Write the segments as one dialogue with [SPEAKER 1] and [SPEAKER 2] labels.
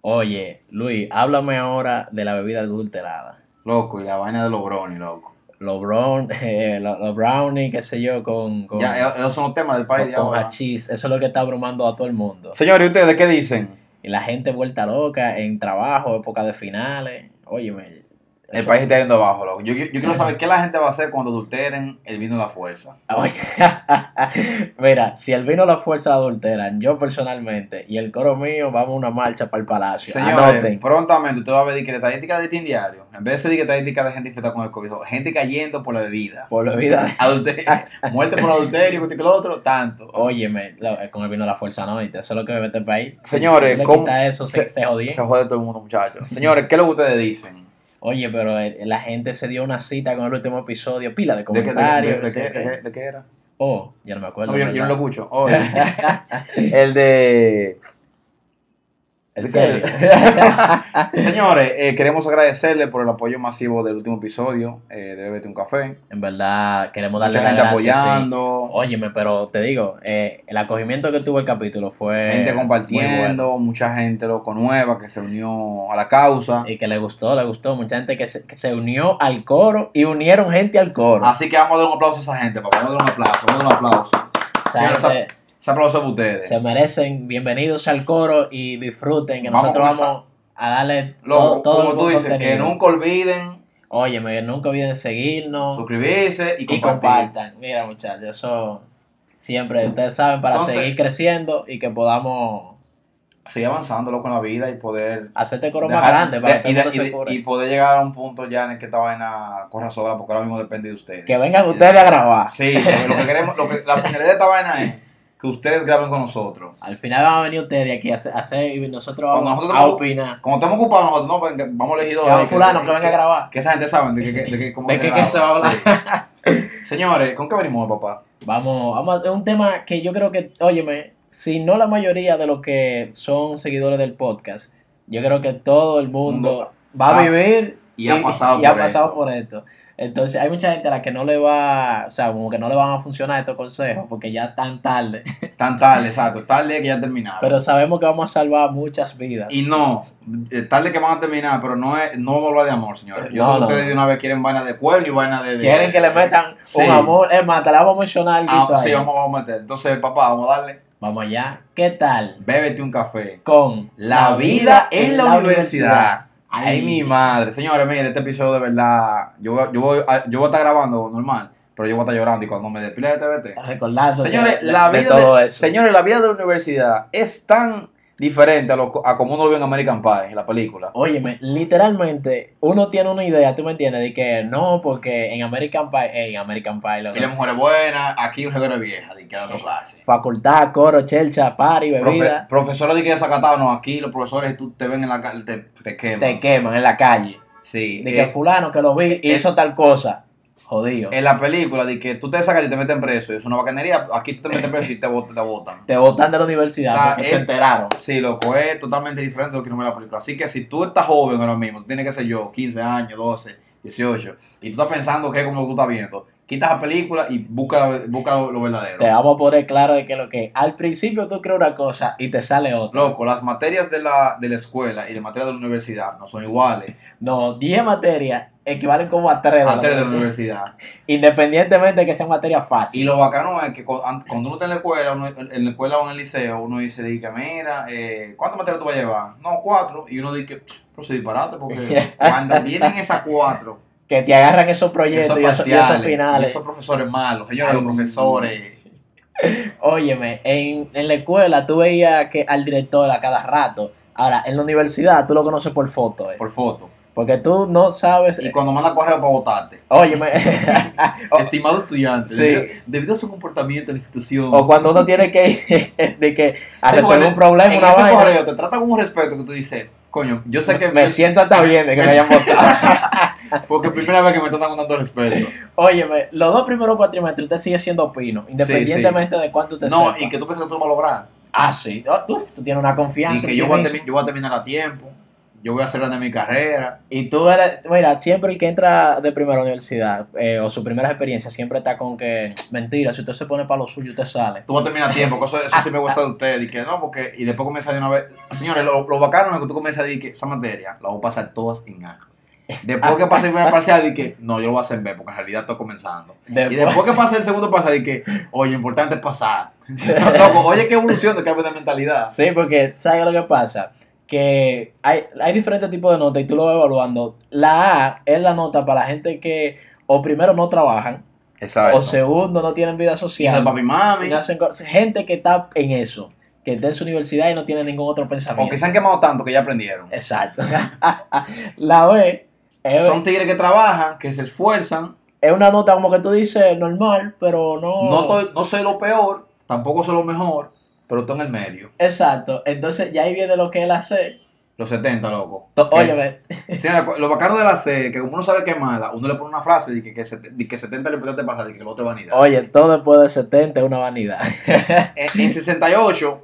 [SPEAKER 1] Oye, Luis, háblame ahora de la bebida adulterada.
[SPEAKER 2] Loco, y la vaina de los brownies, loco.
[SPEAKER 1] Los, brown, eh, los, los brownies, qué sé yo, con, con,
[SPEAKER 2] Ya, e- esos son los temas del país
[SPEAKER 1] con,
[SPEAKER 2] de
[SPEAKER 1] con
[SPEAKER 2] ahora.
[SPEAKER 1] hachís. Eso es lo que está abrumando a todo el mundo.
[SPEAKER 2] Señores, ¿y ¿ustedes qué dicen?
[SPEAKER 1] Y la gente vuelta loca en trabajo, época de finales. Óyeme.
[SPEAKER 2] El
[SPEAKER 1] eso-
[SPEAKER 2] país está yendo abajo, loco. Yo, yo- yo quiero saber qué la gente va a hacer cuando adulteren el vino de la fuerza.
[SPEAKER 1] Oye, Mira, si el vino las fuerzas adulteran, yo personalmente y el coro mío vamos a una marcha para el palacio.
[SPEAKER 2] Señores,
[SPEAKER 1] Anoten.
[SPEAKER 2] prontamente usted va a ver de que la estadística de Tin Diario, en vez de decir que la estadística de gente infectada con el COVID, gente cayendo por la bebida.
[SPEAKER 1] Por la vida.
[SPEAKER 2] Adulterio, muerte por adulterio, esto y que lo otro, tanto.
[SPEAKER 1] Óyeme, lo- eh, con el vino la fuerza no, y te- eso es lo que bebe este país. Si
[SPEAKER 2] Señores,
[SPEAKER 1] tú le
[SPEAKER 2] ¿cómo
[SPEAKER 1] quitas eso, se,
[SPEAKER 2] se-
[SPEAKER 1] se jodía.
[SPEAKER 2] Se jode todo el mundo, muchachos. Señores, ¿qué es lo que ustedes dicen?
[SPEAKER 1] Oye, pero eh, la gente se dio una cita con el último episodio, pila de
[SPEAKER 2] ¿De qué, de-
[SPEAKER 1] comentarios.
[SPEAKER 2] de- de
[SPEAKER 1] no sé
[SPEAKER 2] qué-
[SPEAKER 1] qué.
[SPEAKER 2] de qué- de qué era?
[SPEAKER 1] Oh, ya no me acuerdo.
[SPEAKER 2] No, yo, yo no lo
[SPEAKER 1] ¿verdad?
[SPEAKER 2] escucho. Oh, el, el de...
[SPEAKER 1] En
[SPEAKER 2] ¿De qué?
[SPEAKER 1] serio.
[SPEAKER 2] Señores, eh, queremos agradecerle por el apoyo masivo del último episodio eh, de Bebete un Café.
[SPEAKER 1] en verdad, queremos darle
[SPEAKER 2] Mucha
[SPEAKER 1] la
[SPEAKER 2] gente
[SPEAKER 1] gracias. sí.
[SPEAKER 2] apoyando,
[SPEAKER 1] Óyeme, pero te digo, eh, el acogimiento que tuvo el capítulo fue.
[SPEAKER 2] gente
[SPEAKER 1] muy bueno.
[SPEAKER 2] compartiendo, mucha gente loco nueva que se unió a la causa.
[SPEAKER 1] Y que le gustó, le gustó. Mucha gente que se, que se unió al coro y unieron gente al coro.
[SPEAKER 2] Así que vamos a dar un aplauso a esa gente, papá. Vamos a dar un aplauso, vamos a dar un aplauso.
[SPEAKER 1] O sea,
[SPEAKER 2] sí,
[SPEAKER 1] gente
[SPEAKER 2] Ese aplauso es para ustedes.
[SPEAKER 1] se merecen bienvenidos al coro y disfruten, que
[SPEAKER 2] Vamos
[SPEAKER 1] nosotros
[SPEAKER 2] a comenzar.
[SPEAKER 1] vamos a darle todo,
[SPEAKER 2] Loco,
[SPEAKER 1] todo el
[SPEAKER 2] como tú
[SPEAKER 1] buen
[SPEAKER 2] dices, que
[SPEAKER 1] contenido.
[SPEAKER 2] nunca olviden
[SPEAKER 1] Óyeme, nunca olviden seguirnos
[SPEAKER 2] suscribirse y
[SPEAKER 1] y
[SPEAKER 2] compartir.
[SPEAKER 1] compartan. Mira, muchachos, eso siempre, ustedes saben, para
[SPEAKER 2] Entonces-
[SPEAKER 1] seguir creciendo y que podamos
[SPEAKER 2] Seguir avanzando loco en la vida y poder
[SPEAKER 1] hacerte coro más
[SPEAKER 2] dejar-
[SPEAKER 1] grande para
[SPEAKER 2] de-
[SPEAKER 1] que todo el
[SPEAKER 2] y, de-
[SPEAKER 1] mundo
[SPEAKER 2] y de-
[SPEAKER 1] se cure.
[SPEAKER 2] y poder llegar a un punto ya en el que esta vaina corra sola, porque ahora mismo depende de ustedes.
[SPEAKER 1] Que vengan ustedes a grabar.
[SPEAKER 2] Sí, porque lo que queremos, lo que, la finalidad de esta vaina es que ustedes graben con nosotros.
[SPEAKER 1] Al final van a venir ustedes de aquí a hacer, a hacer y nosotros vamos
[SPEAKER 2] Cuando nosotros
[SPEAKER 1] a
[SPEAKER 2] vamos-
[SPEAKER 1] opinar.
[SPEAKER 2] Como estamos ocupados, nosotros no, porque vamos a elegir dos.
[SPEAKER 1] Que a
[SPEAKER 2] ahí,
[SPEAKER 1] fulano que venga a grabar.
[SPEAKER 2] Que esa gente sabe de qué de qué- cómo
[SPEAKER 1] ¿De
[SPEAKER 2] que
[SPEAKER 1] qué- qué se va a
[SPEAKER 2] graba, sí. Señores, ¿con qué venimos, papá?
[SPEAKER 1] Vamos, vamos a un tema que yo creo que, óyeme, si no la mayoría de los que son seguidores del podcast, yo creo que todo el mundo va a
[SPEAKER 2] Ah,
[SPEAKER 1] vivir
[SPEAKER 2] y ha pasado
[SPEAKER 1] y ha
[SPEAKER 2] por
[SPEAKER 1] pasado
[SPEAKER 2] esto.
[SPEAKER 1] por esto. Entonces hay mucha gente a la que no le va, o sea, como que no le van a funcionar estos consejos porque ya están tarde.
[SPEAKER 2] Tan tarde, exacto. Tarde que ya terminaron.
[SPEAKER 1] Pero sabemos que vamos a salvar muchas vidas.
[SPEAKER 2] Y no, eh, tarde que van a terminar, pero no es no vamos a hablar de amor, señores. Yo
[SPEAKER 1] No,
[SPEAKER 2] sé que
[SPEAKER 1] no,
[SPEAKER 2] ustedes de una vez quieren vaina de pueblo y vaina de. de-
[SPEAKER 1] Quieren que le metan
[SPEAKER 2] Sí.
[SPEAKER 1] un amor, es más, te la vamos a mencionar algo
[SPEAKER 2] Ah, sí,
[SPEAKER 1] ahí.
[SPEAKER 2] vamos, vamos a meter. Entonces, papá, vamos a darle.
[SPEAKER 1] Vamos allá. ¿Qué tal
[SPEAKER 2] Bébete un café.
[SPEAKER 1] con
[SPEAKER 2] La, vida en la, universidad. Ay, mi madre. Señores, miren, este episodio de verdad. Yo, voy- yo, voy, a- yo voy a estar grabando normal, pero yo voy a estar llorando y cuando me despile Ah, de TVT.
[SPEAKER 1] Recordando.
[SPEAKER 2] Señores,
[SPEAKER 1] de-
[SPEAKER 2] la
[SPEAKER 1] de
[SPEAKER 2] vida
[SPEAKER 1] todo
[SPEAKER 2] de,
[SPEAKER 1] eso.
[SPEAKER 2] señores, la vida de la universidad es tan diferente a, lo, a como uno lo vio en American Pie, en la película.
[SPEAKER 1] Óyeme, literalmente, uno tiene una idea, tú me entiendes, de que no, porque en American Pie, ey, en American Pie, loco,
[SPEAKER 2] Y las mujeres buenas, aquí un reguero de vieja, de que dando clase.
[SPEAKER 1] facultad, coro, chelcha, party, bebida,
[SPEAKER 2] profesores de que desacatados, no, aquí los profesores tú te ven en la calle, te, te queman.
[SPEAKER 1] te queman en la calle.
[SPEAKER 2] sí.
[SPEAKER 1] De que
[SPEAKER 2] eh,
[SPEAKER 1] fulano que lo vi
[SPEAKER 2] eh,
[SPEAKER 1] hizo tal cosa. Jodido.
[SPEAKER 2] en la película, de que tú te sacas y te meten preso, y es una bacanería, aquí tú te meten preso y te, bot- te botan.
[SPEAKER 1] Te botan de la universidad
[SPEAKER 2] o sea,
[SPEAKER 1] porque
[SPEAKER 2] es-
[SPEAKER 1] se enteraron.
[SPEAKER 2] Sí, loco, es totalmente diferente de lo que no me la película. Así que si tú estás joven ahora mismo, tú tienes, qué sé yo, 15 años, 12, 18, y tú estás pensando que es como lo que tú estás viendo, quita la película y busca, busca lo, lo
[SPEAKER 1] Te
[SPEAKER 2] verdadero.
[SPEAKER 1] vamos a poner claro de que lo que al principio tú crees una cosa y te sale otra.
[SPEAKER 2] Loco, las materias de la, de la escuela y las materias de la universidad no son iguales.
[SPEAKER 1] No, 10 materias equivalen como a 3 de la
[SPEAKER 2] Las materias de la
[SPEAKER 1] universidad.
[SPEAKER 2] universidad.
[SPEAKER 1] Independientemente de que sean materias
[SPEAKER 2] Y
[SPEAKER 1] fáciles.
[SPEAKER 2] lo bacano es que cu- an- cuando uno está en la escuela, uno- en la escuela o en el liceo, uno dice, di que, mira, eh, ¿cuántas materias tú vas a llevar? No, cuatro. Y uno dice, pero se disparate, porque cuando vienen esas cuatro,
[SPEAKER 1] Que te agarran esos proyectos
[SPEAKER 2] esos
[SPEAKER 1] y esos, y esos
[SPEAKER 2] parciales,
[SPEAKER 1] finales.
[SPEAKER 2] y esos profesores malos, señores,
[SPEAKER 1] Ay.
[SPEAKER 2] los profesores.
[SPEAKER 1] Óyeme, en, en la escuela tú veías que al director a cada rato. Ahora, en la universidad tú lo conoces por foto, eh,
[SPEAKER 2] Por foto.
[SPEAKER 1] porque tú no sabes.
[SPEAKER 2] Y cuando manda correo para votarte.
[SPEAKER 1] Óyeme, Oh.
[SPEAKER 2] Estimado estudiante,
[SPEAKER 1] Sí.
[SPEAKER 2] debido, debido a su comportamiento en la institución.
[SPEAKER 1] o cuando uno tiene que ir de que a
[SPEAKER 2] Sí,
[SPEAKER 1] resolver
[SPEAKER 2] porque
[SPEAKER 1] un problema,
[SPEAKER 2] en
[SPEAKER 1] una
[SPEAKER 2] ese
[SPEAKER 1] vaina.
[SPEAKER 2] correo te trata con un respeto que tú dices, coño, yo sé que
[SPEAKER 1] Me siento hasta bien de que me hayan votado.
[SPEAKER 2] porque es primera vez que me tratan con tanto respeto.
[SPEAKER 1] Óyeme, los dos primeros cuatrimestres usted sigue siendo opino, independientemente de cuánto usted
[SPEAKER 2] No,
[SPEAKER 1] sepa.
[SPEAKER 2] y que tú piensas que tú lo vas a lograr.
[SPEAKER 1] Ah, sí. Ah, Tú, tú tienes una confianza.
[SPEAKER 2] Y que
[SPEAKER 1] en
[SPEAKER 2] yo
[SPEAKER 1] ti
[SPEAKER 2] voy, a
[SPEAKER 1] mismo.
[SPEAKER 2] termi- yo voy a terminar a tiempo. yo voy a cerrar de mi carrera.
[SPEAKER 1] Y tú eres, mira, siempre el que entra de primera universidad eh, o su primera experiencia siempre está con que, mentira, si usted se pone para lo suyo, usted sale.
[SPEAKER 2] Tú vas a terminar a tiempo, que eso, eso sí me gusta de ustedes. Y que no, porque. Y después comienza de una vez. Señores, lo, lo bacano es que tú comienzas a decir que esa materia la voy a pasar todas en A. Después que pase el primer parcial, dije, no, yo lo voy a hacer en B, porque en realidad estoy comenzando.
[SPEAKER 1] Después-
[SPEAKER 2] Y después que pase el segundo parcial, dije, oye, importante es pasar. Loco, oye, qué evolución de cambio de mentalidad.
[SPEAKER 1] Sí, porque, ¿sabes lo que pasa? Que hay, hay diferentes tipos de notas y tú lo vas evaluando. La A es la nota para la gente que o primero no trabajan,
[SPEAKER 2] Exacto.
[SPEAKER 1] o segundo no tienen vida
[SPEAKER 2] Hijo de
[SPEAKER 1] social.
[SPEAKER 2] papi y mami.
[SPEAKER 1] y no hacen cosas. gente que está en eso, que está en su universidad y no tiene ningún otro
[SPEAKER 2] O
[SPEAKER 1] pensamiento.
[SPEAKER 2] que se han quemado tanto que ya aprendieron.
[SPEAKER 1] Exacto. la B es,
[SPEAKER 2] Son tigres que trabajan, que se esfuerzan.
[SPEAKER 1] es una nota como que tú dices normal, pero no...
[SPEAKER 2] No, estoy- no soy lo peor, tampoco soy lo mejor, pero estoy en el medio.
[SPEAKER 1] Exacto. Entonces ya ahí viene lo que es la C.
[SPEAKER 2] Los 70, loco.
[SPEAKER 1] Oye,
[SPEAKER 2] Señora, cu- lo bacano de la C, que como uno sabe que es mala, uno le pone una frase de que, que, se- de que 70 es lo importante pasar y que el otro es vanidad.
[SPEAKER 1] oye, todo después de 70 es una vanidad.
[SPEAKER 2] En, en 68,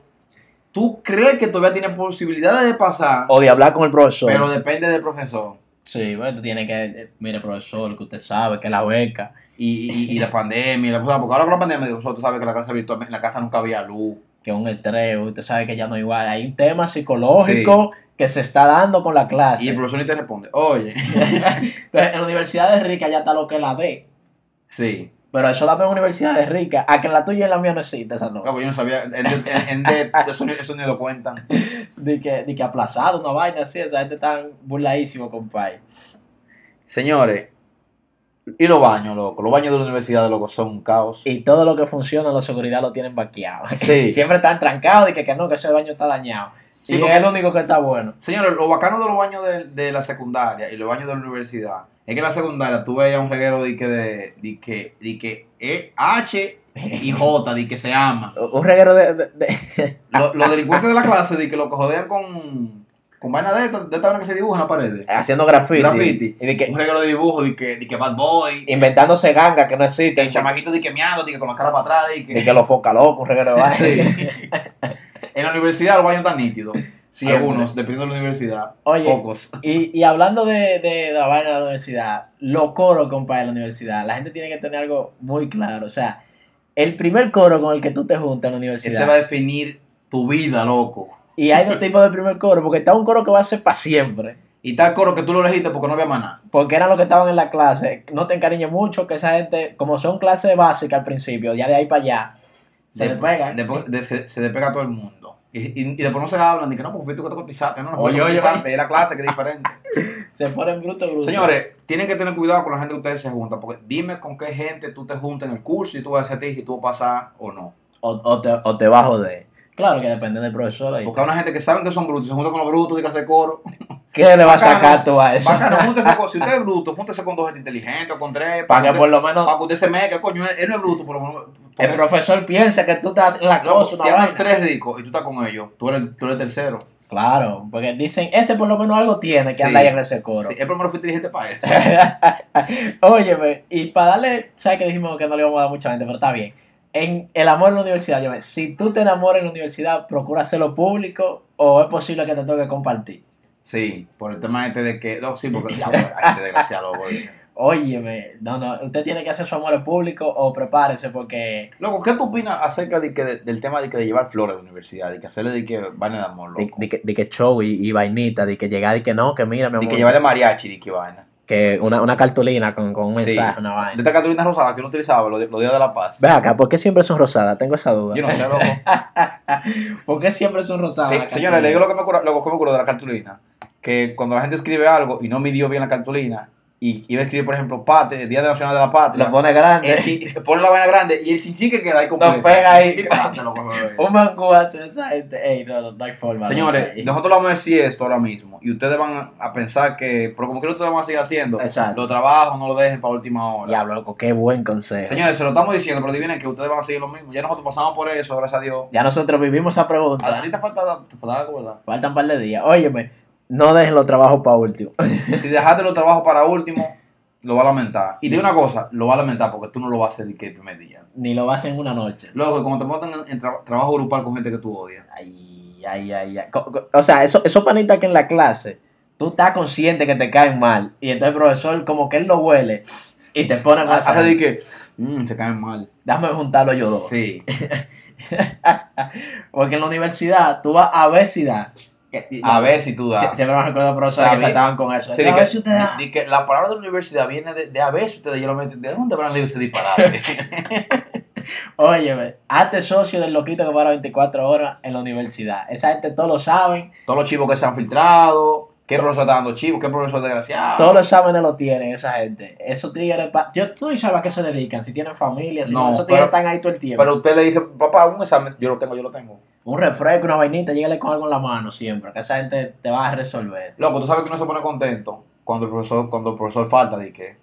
[SPEAKER 2] tú crees que todavía tienes posibilidades de pasar,
[SPEAKER 1] o de hablar con el profesor.
[SPEAKER 2] pero depende del profesor.
[SPEAKER 1] Sí, bueno, tú tienes que, eh, mire, profesor, que usted sabe, que la beca.
[SPEAKER 2] Y, y- y la pandemia, y la cosa, porque ahora con la pandemia, o sea, tú sabes que la casa virtual, en la casa nunca había luz.
[SPEAKER 1] que un estrés, usted sabe que ya no es igual. Hay un tema psicológico que se está dando con la clase.
[SPEAKER 2] Y el profesor ni te responde, oye,
[SPEAKER 1] Entonces, en universidades ricas ya está lo que es la D.
[SPEAKER 2] sí.
[SPEAKER 1] Pero eso también en universidades ricas. A que en la tuya y en la mía no existe esa nota.
[SPEAKER 2] Claro, yo no sabía, en, en- en de- eso, ni- eso ni lo cuentan.
[SPEAKER 1] De que, de que aplazado, una vaina así. Esa gente tan burladísimo, compadre.
[SPEAKER 2] Señores, y los baños, loco, los baños de la universidad, loco, son un caos.
[SPEAKER 1] Y todo lo que funciona, la seguridad lo tienen vaqueado.
[SPEAKER 2] Sí.
[SPEAKER 1] Siempre están trancados y que, que no, que ese baño está dañado.
[SPEAKER 2] Sí,
[SPEAKER 1] y
[SPEAKER 2] porque-
[SPEAKER 1] es el único que está bueno.
[SPEAKER 2] Señores, lo bacano de los baños de, de la secundaria y los baños de la universidad es que en la secundaria tú veías un reguero de que, de, de que, de que E, H y J, de que se aman.
[SPEAKER 1] Un reguero de- de- de,
[SPEAKER 2] Lo- Los delincuentes de la clase, de que lo que jodean con, con vaina de esta, de esta vaina que se dibuja en la pared.
[SPEAKER 1] haciendo graffiti.
[SPEAKER 2] Graffiti.
[SPEAKER 1] Y de que,
[SPEAKER 2] Un reguero de dibujo, de que, de que Bad Boy,
[SPEAKER 1] inventándose gangas que no
[SPEAKER 2] el
[SPEAKER 1] existen.
[SPEAKER 2] chamaquito de que miado, de que con la cara para atrás, de
[SPEAKER 1] De
[SPEAKER 2] que...
[SPEAKER 1] que los foca locos, un reguero de baile.
[SPEAKER 2] Sí. En la universidad los baños están nítidos.
[SPEAKER 1] Siempre.
[SPEAKER 2] Algunos, dependiendo de la universidad.
[SPEAKER 1] Oye,
[SPEAKER 2] Pocos.
[SPEAKER 1] Y, y hablando de, de la vaina de la universidad, los coros, compadre, de la universidad, la gente tiene que tener algo muy claro. O sea, el primer coro con el que tú te juntas en la
[SPEAKER 2] Ese va a
[SPEAKER 1] universidad.
[SPEAKER 2] definir tu vida, loco.
[SPEAKER 1] Y hay dos tipos de primer coro, porque está un coro que va a ser para siempre.
[SPEAKER 2] Y tal coro que tú lo elegiste porque no había maná.
[SPEAKER 1] Porque eran los que estaban en la clase. No te encariñes mucho, que esa gente, como son clases básicas al principio, ya de ahí para allá, se
[SPEAKER 2] De-
[SPEAKER 1] le pegan.
[SPEAKER 2] depo- de- se, se despega a todo el mundo. Y, y, y después no se hablan, ni que no, pues fuiste tú que te cotizaste. No, no fue
[SPEAKER 1] Oye,
[SPEAKER 2] que
[SPEAKER 1] oye,
[SPEAKER 2] cotizaste, es la clase que es diferente.
[SPEAKER 1] se ponen bruto, bruto.
[SPEAKER 2] Señores, tienen que tener cuidado con la gente que ustedes se juntan, porque dime con qué gente tú te juntas en el curso y tú vas a decir a ti si tú vas a pasar o no.
[SPEAKER 1] O, o te, o te bajo de. Claro que depende del profesor. ahí.
[SPEAKER 2] Porque hay una gente que saben que son brutos, se juntan con los brutos, tienen que hacer coro.
[SPEAKER 1] ¿Qué le vas a
[SPEAKER 2] Bacano.
[SPEAKER 1] sacar tú a eso?
[SPEAKER 2] Bacano, júntese con, si usted es bruto, júntese con dos gente inteligente o con tres, para,
[SPEAKER 1] Para que
[SPEAKER 2] que,
[SPEAKER 1] por lo menos
[SPEAKER 2] para que usted se mezcle, coño, él, él no es bruto, pero bueno,
[SPEAKER 1] el profesor piensa que tú estás en la
[SPEAKER 2] loco,
[SPEAKER 1] cosa.
[SPEAKER 2] si
[SPEAKER 1] una
[SPEAKER 2] andan
[SPEAKER 1] vaina.
[SPEAKER 2] tres ricos y tú estás con ellos, tú eres, tú eres el tercero.
[SPEAKER 1] Claro, porque dicen, ese por lo menos algo tiene que
[SPEAKER 2] Sí.
[SPEAKER 1] anda ahí en ese coro.
[SPEAKER 2] Sí, él primero fue inteligente para eso.
[SPEAKER 1] Óyeme, y para darle, sabes que dijimos que no le íbamos a dar mucha gente, pero está bien. En el amor en la universidad, óyeme, si tú te enamoras en la universidad, procura hacerlo público o es posible que te toque compartir.
[SPEAKER 2] Sí, por el tema este de que. No, sí, porque ya, bueno, hay gente desgraciada, loco. oye.
[SPEAKER 1] Óyeme, no, no, usted tiene que hacer su amor en público o prepárese porque...
[SPEAKER 2] Loco, ¿qué tú opinas acerca de que, de- del tema de que de llevar flores a la universidad? De que hacerle de que vaina de amor, loco. De,
[SPEAKER 1] que, show y, vainita, de que llegar y que no, que mira, mi
[SPEAKER 2] que llevarle mariachi, de que vaina.
[SPEAKER 1] que una, una cartulina con, con un
[SPEAKER 2] Sí.
[SPEAKER 1] mensaje, una
[SPEAKER 2] De
[SPEAKER 1] vaina.
[SPEAKER 2] esta cartulina rosada que uno utilizaba los, di- los días de la paz.
[SPEAKER 1] Ve Ah, acá, ¿por qué siempre son rosadas? Tengo esa duda.
[SPEAKER 2] Yo no sé, loco.
[SPEAKER 1] ¿Por qué siempre son rosadas?
[SPEAKER 2] Te-
[SPEAKER 1] las
[SPEAKER 2] señores, le digo
[SPEAKER 1] cartulinas?
[SPEAKER 2] lo que me cura, lo que me curó de la cartulina. Que cuando la gente escribe algo y no midió bien la cartulina, y iba a escribir, por ejemplo, Patria, Día Nacional de la Patria.
[SPEAKER 1] Lo pone grande.
[SPEAKER 2] el chi- pone la vaina grande y el chinchín que queda ahí completo.
[SPEAKER 1] pega ahí.
[SPEAKER 2] Y párate, loco, joder.
[SPEAKER 1] Un mangú hace esa gente. Ey, no, no, no hay forma.
[SPEAKER 2] Señores,
[SPEAKER 1] no,
[SPEAKER 2] nosotros lo vamos a decir esto ahora mismo y ustedes van a pensar que, pero como que ustedes lo van a seguir haciendo,
[SPEAKER 1] Exacto.
[SPEAKER 2] los trabajos no lo dejen para última hora.
[SPEAKER 1] Diablo, loco, qué buen consejo.
[SPEAKER 2] Señores, se lo estamos diciendo, pero adivinen que ustedes van a seguir lo mismo. Ya nosotros pasamos por eso, gracias a Dios.
[SPEAKER 1] Ya nosotros vivimos esa
[SPEAKER 2] A
[SPEAKER 1] pregunta.
[SPEAKER 2] ti te falta, te falta algo, ¿verdad?
[SPEAKER 1] Faltan un par de días. Óyeme, no dejen los trabajos para último.
[SPEAKER 2] Si dejaste los trabajos para último, lo va a lamentar. Y te digo una cosa, lo va a lamentar porque tú no lo vas a hacer de que el primer día.
[SPEAKER 1] Ni lo hacen en una noche.
[SPEAKER 2] Luego, cuando te montan en, en tra- trabajo grupal con gente que tú odias.
[SPEAKER 1] Ay, ay, ay, ay. Co- co- O sea, eso- esos panitas que en la clase tú estás consciente que te caen mal. Y entonces el profesor, como que él lo huele y te pone más.
[SPEAKER 2] Hace de que "Mm, se caen mal.
[SPEAKER 1] Déjame juntarlo yo dos.
[SPEAKER 2] Sí.
[SPEAKER 1] Porque en la universidad tú vas a obesidad. Que-
[SPEAKER 2] A ver si tú das.
[SPEAKER 1] Sie- Siempre me recuerdo a profesores que
[SPEAKER 2] Sabía-
[SPEAKER 1] saltaban con eso.
[SPEAKER 2] Sí,
[SPEAKER 1] a
[SPEAKER 2] di que,
[SPEAKER 1] ver si usted da.
[SPEAKER 2] di que la palabra de la universidad viene de, de a ver si ustedes yo lo meten. ¿De dónde habrán leído ese disparate?
[SPEAKER 1] Óyeme, hazte socio del loquito que para 24 horas en la universidad. Esa gente todos lo saben,
[SPEAKER 2] Todos los chivos que se han filtrado. ¿Qué profesor está dando chivos? ¿Qué profesor desgraciado?
[SPEAKER 1] todos los exámenes lo tienen esa gente. Esos tigres, pa- yo, tú ni sabes a qué se dedican, si tienen familia, si
[SPEAKER 2] No,
[SPEAKER 1] no, esos tigres
[SPEAKER 2] pero-
[SPEAKER 1] están ahí todo el tiempo.
[SPEAKER 2] Pero usted le dice, papá, un examen. Yo lo tengo, yo lo tengo.
[SPEAKER 1] Un refresco, una vainita, llégale con algo en la mano siempre, que esa gente te va a resolver.
[SPEAKER 2] Loco, tú sabes que uno se pone contento cuando el profesor, cuando el profesor falta, di que.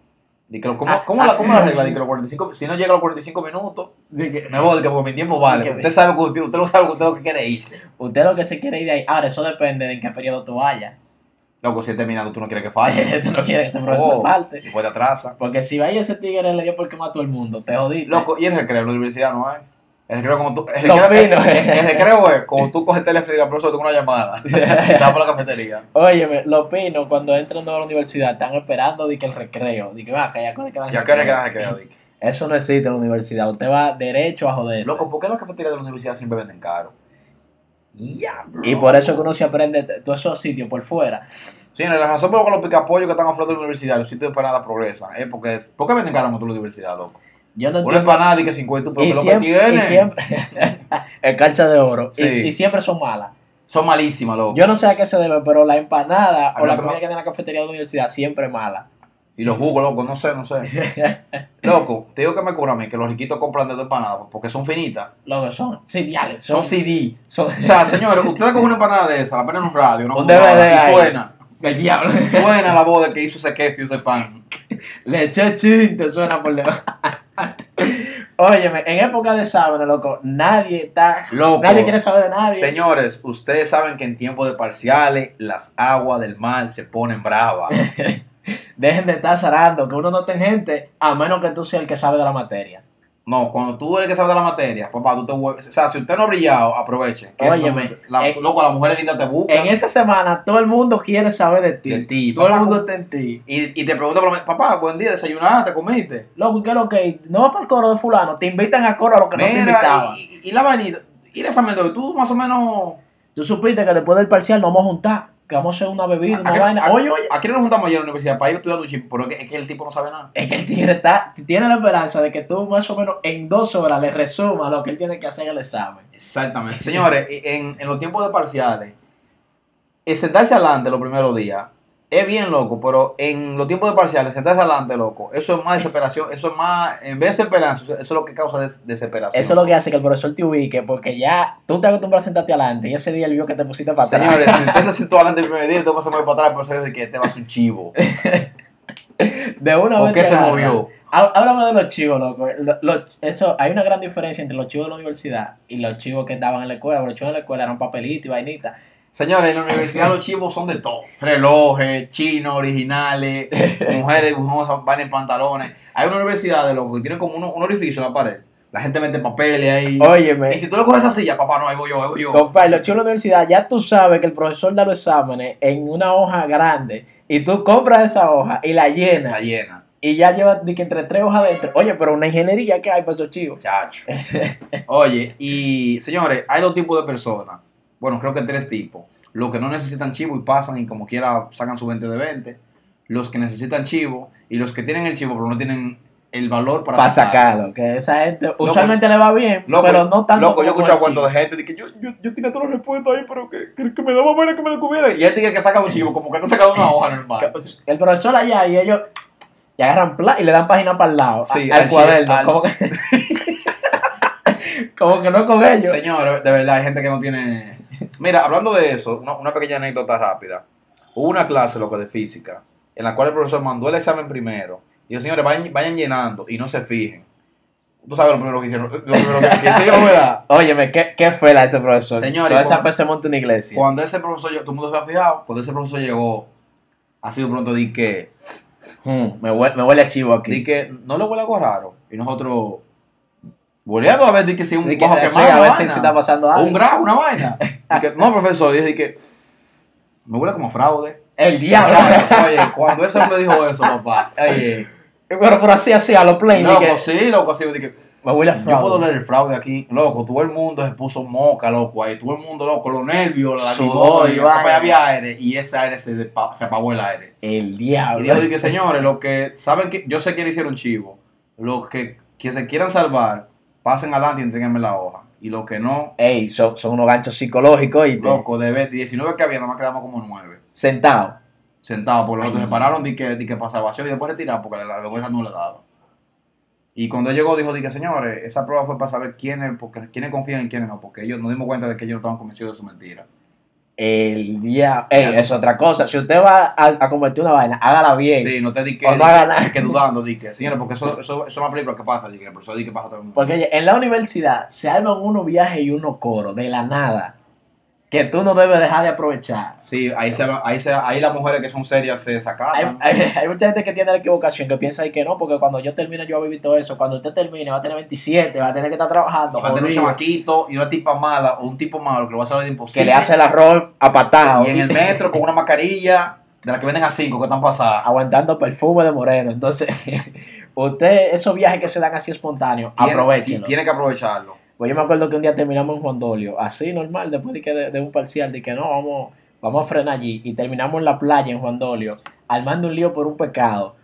[SPEAKER 2] di que, ¿cómo,
[SPEAKER 1] Ah,
[SPEAKER 2] cómo
[SPEAKER 1] ah.
[SPEAKER 2] la, ¿Cómo la regla? Di que los 45, si no llega a los 45 minutos, me voy, di que porque mi tiempo
[SPEAKER 1] Di
[SPEAKER 2] vale.
[SPEAKER 1] que-
[SPEAKER 2] Usted sabe que usted, usted lo sabe que usted lo que quiere irse.
[SPEAKER 1] Usted lo que se quiere ir de ahí. Ahora, eso depende de en qué periodo tú vayas.
[SPEAKER 2] Loco, si es terminado, tú no quieres que falte.
[SPEAKER 1] tú no quieres que este profesor
[SPEAKER 2] Oh.
[SPEAKER 1] falte.
[SPEAKER 2] Después te atrasa.
[SPEAKER 1] Porque si va ahí ese tigre, le dio por quemar a todo el mundo. Te jodiste.
[SPEAKER 2] Loco, y el recreo, la universidad no hay. El recreo, como tú. El
[SPEAKER 1] Los
[SPEAKER 2] recreo,
[SPEAKER 1] finos.
[SPEAKER 2] el- el recreo es como tú coges el teléfono y digas, profesor, tengo una llamada. Estás por la cafetería.
[SPEAKER 1] Óyeme, los pinos cuando entran a la universidad están esperando de que el recreo, de que va, que ya cuándo queda el
[SPEAKER 2] ¿Y a qué hora queda el recreo, di que?
[SPEAKER 1] Eso no existe en la universidad, usted va derecho a joderse.
[SPEAKER 2] Loco, ¿por qué las cafeterías de la universidad siempre venden caro? Diablo.
[SPEAKER 1] y por eso es que uno se aprende t- todos esos sitios por fuera.
[SPEAKER 2] Sí, no, la razón por la que los picapollos que están afuera de la universidad, los sitios de empanada progresan, es porque. ¿Por qué venden caro mucho la universidad, loco?
[SPEAKER 1] Yo no
[SPEAKER 2] Una
[SPEAKER 1] entiendo.
[SPEAKER 2] empanada y que 50, pero
[SPEAKER 1] Y
[SPEAKER 2] que lo que
[SPEAKER 1] siempre, y
[SPEAKER 2] tienen
[SPEAKER 1] siempre- el calcha de oro. Y-
[SPEAKER 2] Sí.
[SPEAKER 1] Y, siempre son malas.
[SPEAKER 2] son malísimas, loco.
[SPEAKER 1] Yo no sé a qué se debe, pero la empanada
[SPEAKER 2] A
[SPEAKER 1] o
[SPEAKER 2] mí
[SPEAKER 1] la
[SPEAKER 2] me-
[SPEAKER 1] comida que tiene en la cafetería de la universidad siempre es mala.
[SPEAKER 2] Y los jugos, loco, no sé, no sé. loco, te digo que me cura a mí que los riquitos compran de dos empanadas porque son finitas.
[SPEAKER 1] Loco, son, sí, diales,
[SPEAKER 2] Son
[SPEAKER 1] son,
[SPEAKER 2] CD.
[SPEAKER 1] son,
[SPEAKER 2] O sea, señores, ustedes cogen una empanada de esa, la ponen en un radio, una
[SPEAKER 1] Un
[SPEAKER 2] computadora,
[SPEAKER 1] DVD ahí.
[SPEAKER 2] y suena.
[SPEAKER 1] el diablo.
[SPEAKER 2] Suena la voz de que hizo ese queso y ese pan.
[SPEAKER 1] Leche chin, te suena por debajo. Óyeme, en época de sábado, loco, nadie está.
[SPEAKER 2] Loco.
[SPEAKER 1] Nadie quiere saber de nadie.
[SPEAKER 2] Señores, ustedes saben que en tiempo de parciales las aguas del mar se ponen bravas.
[SPEAKER 1] Dejen de estar zarando, que uno no tenga gente, a menos que tú seas el que sabe de la materia.
[SPEAKER 2] No, cuando tú eres el que sabe de la materia, papá, tú te vuelves. O sea, si usted no ha brillado, aproveche. Que
[SPEAKER 1] Óyeme,
[SPEAKER 2] eso- la-
[SPEAKER 1] en-
[SPEAKER 2] loco, las mujeres lindas te buscan
[SPEAKER 1] En esa semana, todo el mundo quiere saber de ti.
[SPEAKER 2] de ti.
[SPEAKER 1] Todo el
[SPEAKER 2] papá,
[SPEAKER 1] mundo está en ti.
[SPEAKER 2] y, y te pregunta por lo menos, papá, buen día, desayunaste, comiste.
[SPEAKER 1] Loco, ¿y qué es lo que? No vas para el coro de fulano, te invitan a coro a lo que no te
[SPEAKER 2] Mira,
[SPEAKER 1] invitaban.
[SPEAKER 2] y, y- y la vainita, y el examen de hoy, tú más o menos.
[SPEAKER 1] Tú supiste que después del parcial nos vamos a juntar, que vamos a hacer una bebida, una
[SPEAKER 2] qué-
[SPEAKER 1] vaina.
[SPEAKER 2] a-
[SPEAKER 1] Oye, oye.
[SPEAKER 2] ¿A qué nos juntamos ayer en la universidad? Para ir estudiando un chip, pero es que, es que el tipo no sabe nada.
[SPEAKER 1] Es que el tigre está, tiene la esperanza de que tú más o menos en dos horas le resuma lo que él tiene que hacer en el examen.
[SPEAKER 2] Exactamente. Señores, y- en, en los tiempos de parciales, el sentarse adelante los primeros días es bien loco, pero en los tiempos de parciales, sentarse adelante, loco, eso es más desesperación, eso es más, en vez de esperanza, eso es lo que causa des- desesperación.
[SPEAKER 1] Eso es lo que hace que el profesor te ubique, porque ya tú te acostumbras a sentarte adelante y ese día él vio que te pusiste para atrás.
[SPEAKER 2] Señores, si usted se sentó adelante el primer día, tú vas a mover para atrás, pero eso es de que este te vas un chivo.
[SPEAKER 1] de una
[SPEAKER 2] ¿Por
[SPEAKER 1] vez
[SPEAKER 2] qué
[SPEAKER 1] te
[SPEAKER 2] se
[SPEAKER 1] agarra.
[SPEAKER 2] movió?
[SPEAKER 1] Há- Háblame de los chivos, loco. Lo- lo- eso, hay una gran diferencia entre los chivos de la universidad y los chivos que estaban en la escuela. Los chivos en la escuela eran papelitos y vainitas.
[SPEAKER 2] Señores, en la universidad los chivos son de todo. Relojes, chinos, originales, mujeres dibujosas, van en pantalones. Hay una universidad de los que tienen como uno- un orificio en la pared. La gente mete papeles ahí. Y
[SPEAKER 1] Óyeme,
[SPEAKER 2] si tú le coges esa silla, papá, no, ahí voy yo, ahí voy yo.
[SPEAKER 1] compadre, los chivos de la universidad, ya tú sabes que el profesor da los exámenes en una hoja grande y tú compras esa hoja y la llenas.
[SPEAKER 2] La llena,
[SPEAKER 1] Y ya lleva de que entre tres hojas adentro. Oye, pero una ingeniería que hay para esos chivos.
[SPEAKER 2] chacho. Oye, y señores, hay dos tipos de personas. Bueno, creo que tres tipos. Los que no necesitan chivo y pasan y como quiera sacan su 20 de 20. Los que necesitan chivo y los que tienen el chivo pero no tienen el valor para,
[SPEAKER 1] Para sacarlo. Que esa gente usualmente le va bien,
[SPEAKER 2] Loco,
[SPEAKER 1] pero no tanto.
[SPEAKER 2] Loco, yo he
[SPEAKER 1] como
[SPEAKER 2] escuchado
[SPEAKER 1] el chivo.
[SPEAKER 2] cuentos de gente de que yo, yo, yo tenía todos los respuestos ahí, pero que, que, que me daba pena que me descubrieran. Y él tiene que saca un chivo, como que no saca una hoja normal.
[SPEAKER 1] Que pues, El profesor allá y ellos y agarran pla y le dan página para el lado. a-
[SPEAKER 2] Sí,
[SPEAKER 1] al,
[SPEAKER 2] al
[SPEAKER 1] cuaderno.
[SPEAKER 2] chi- al-
[SPEAKER 1] Como, que... como que no con ellos.
[SPEAKER 2] Señor, de verdad, hay gente que no tiene. Mira, hablando de eso, una, una pequeña anécdota rápida. Hubo una clase, loco, de física, en la cual el profesor mandó el examen primero. Y dijo, señores, vayan, vayan llenando y no se fijen. Tú sabes lo primero que hicieron. Lo primero que, que hicieron, ¿verdad?
[SPEAKER 1] Óyeme, qué, qué fela ese profesor.
[SPEAKER 2] Señores,
[SPEAKER 1] Toda esa
[SPEAKER 2] cuando-
[SPEAKER 1] fue se monta una iglesia.
[SPEAKER 2] Cuando ese profesor, llegó- todo el mundo se ha fijado, cuando ese profesor llegó, así de pronto di que,
[SPEAKER 1] Hmm, me, huele, me huele a chivo aquí.
[SPEAKER 2] di que no le huele algo raro. Y nosotros, boleando a ver, di que si un
[SPEAKER 1] Di
[SPEAKER 2] bajo
[SPEAKER 1] sí,
[SPEAKER 2] quemado.
[SPEAKER 1] a
[SPEAKER 2] una
[SPEAKER 1] ver si
[SPEAKER 2] vaina.
[SPEAKER 1] está pasando
[SPEAKER 2] O
[SPEAKER 1] algo.
[SPEAKER 2] un grafo, una vaina. Y que, no, profesor, y dije que me huele como a fraude.
[SPEAKER 1] El diablo.
[SPEAKER 2] Claro, oye, cuando ese hombre dijo eso, papá, oye,
[SPEAKER 1] Pero por así, así, a los plain.
[SPEAKER 2] loco,
[SPEAKER 1] dije,
[SPEAKER 2] sí, loco, así, dije,
[SPEAKER 1] pues, me huele a
[SPEAKER 2] yo puedo
[SPEAKER 1] fraude.
[SPEAKER 2] leer el fraude aquí, loco, todo el mundo se puso moca, loco, ahí, todo el mundo, loco, los nervios, la
[SPEAKER 1] Sudor,
[SPEAKER 2] limón,
[SPEAKER 1] y
[SPEAKER 2] papá,
[SPEAKER 1] vaina.
[SPEAKER 2] ya había aire, y ese aire se, despa- se apagó el aire.
[SPEAKER 1] El
[SPEAKER 2] Y
[SPEAKER 1] diablo.
[SPEAKER 2] dijo, dije, señores, los que saben que yo sé que le hicieron chivo, los que, que se quieran salvar, pasen adelante y entreguenme la hoja. Y los que no,
[SPEAKER 1] Ey, son, son unos ganchos psicológicos y te-
[SPEAKER 2] loco, de ve- 19 que había, nada más quedamos como 9
[SPEAKER 1] sentado.
[SPEAKER 2] sentados, porque los otros
[SPEAKER 1] Ay.
[SPEAKER 2] se pararon di que, di que para salvación y después retiraron porque la vergüenza no le daba. Y cuando él llegó, dijo, dije, señores, esa prueba fue para saber quiénes, porque, quiénes confían y quiénes no, porque ellos nos dimos cuenta de que ellos no estaban convencidos de su mentira.
[SPEAKER 1] El diablo. Ey, es otra cosa. Si usted va a, a convertir una vaina, hágala bien.
[SPEAKER 2] Sí, no te di que,
[SPEAKER 1] o no haga nada.
[SPEAKER 2] di que dudando, di que, señores, porque eso, eso, eso es una película que pasa, di que el profesor di que pasa a todo el mundo.
[SPEAKER 1] Porque oye, en la universidad se arman unos viajes y unos coros de la nada que tú no debes dejar de aprovechar.
[SPEAKER 2] Sí, ahí, se, ahí, se, ahí las mujeres que son serias se
[SPEAKER 1] Hay,
[SPEAKER 2] sacaron.
[SPEAKER 1] hay- hay mucha gente que tiene la equivocación, que piensa y que no, porque cuando yo termine yo voy a vivir todo eso. Cuando usted termine va a tener 27, va a tener que estar trabajando.
[SPEAKER 2] Va a tener un
[SPEAKER 1] jodido,
[SPEAKER 2] chamaquito y una tipa mala o un tipo malo que lo va a saber de imposible.
[SPEAKER 1] que le hace el arroz a patado.
[SPEAKER 2] Y en el metro con una mascarilla de la que venden a cinco que están
[SPEAKER 1] Ah,
[SPEAKER 2] pasadas.
[SPEAKER 1] aguantando perfume de moreno. Entonces, usted, esos viajes que se dan así espontáneos,
[SPEAKER 2] Tiene-
[SPEAKER 1] aprovechenlos.
[SPEAKER 2] Tiene que aprovecharlo.
[SPEAKER 1] Pues yo me acuerdo que un día terminamos en Juan Dolio, así normal, después de, que de, de un parcial, de que no, vamos, vamos a frenar allí. Y terminamos en la playa en Juan Dolio, armando un lío por un pecado.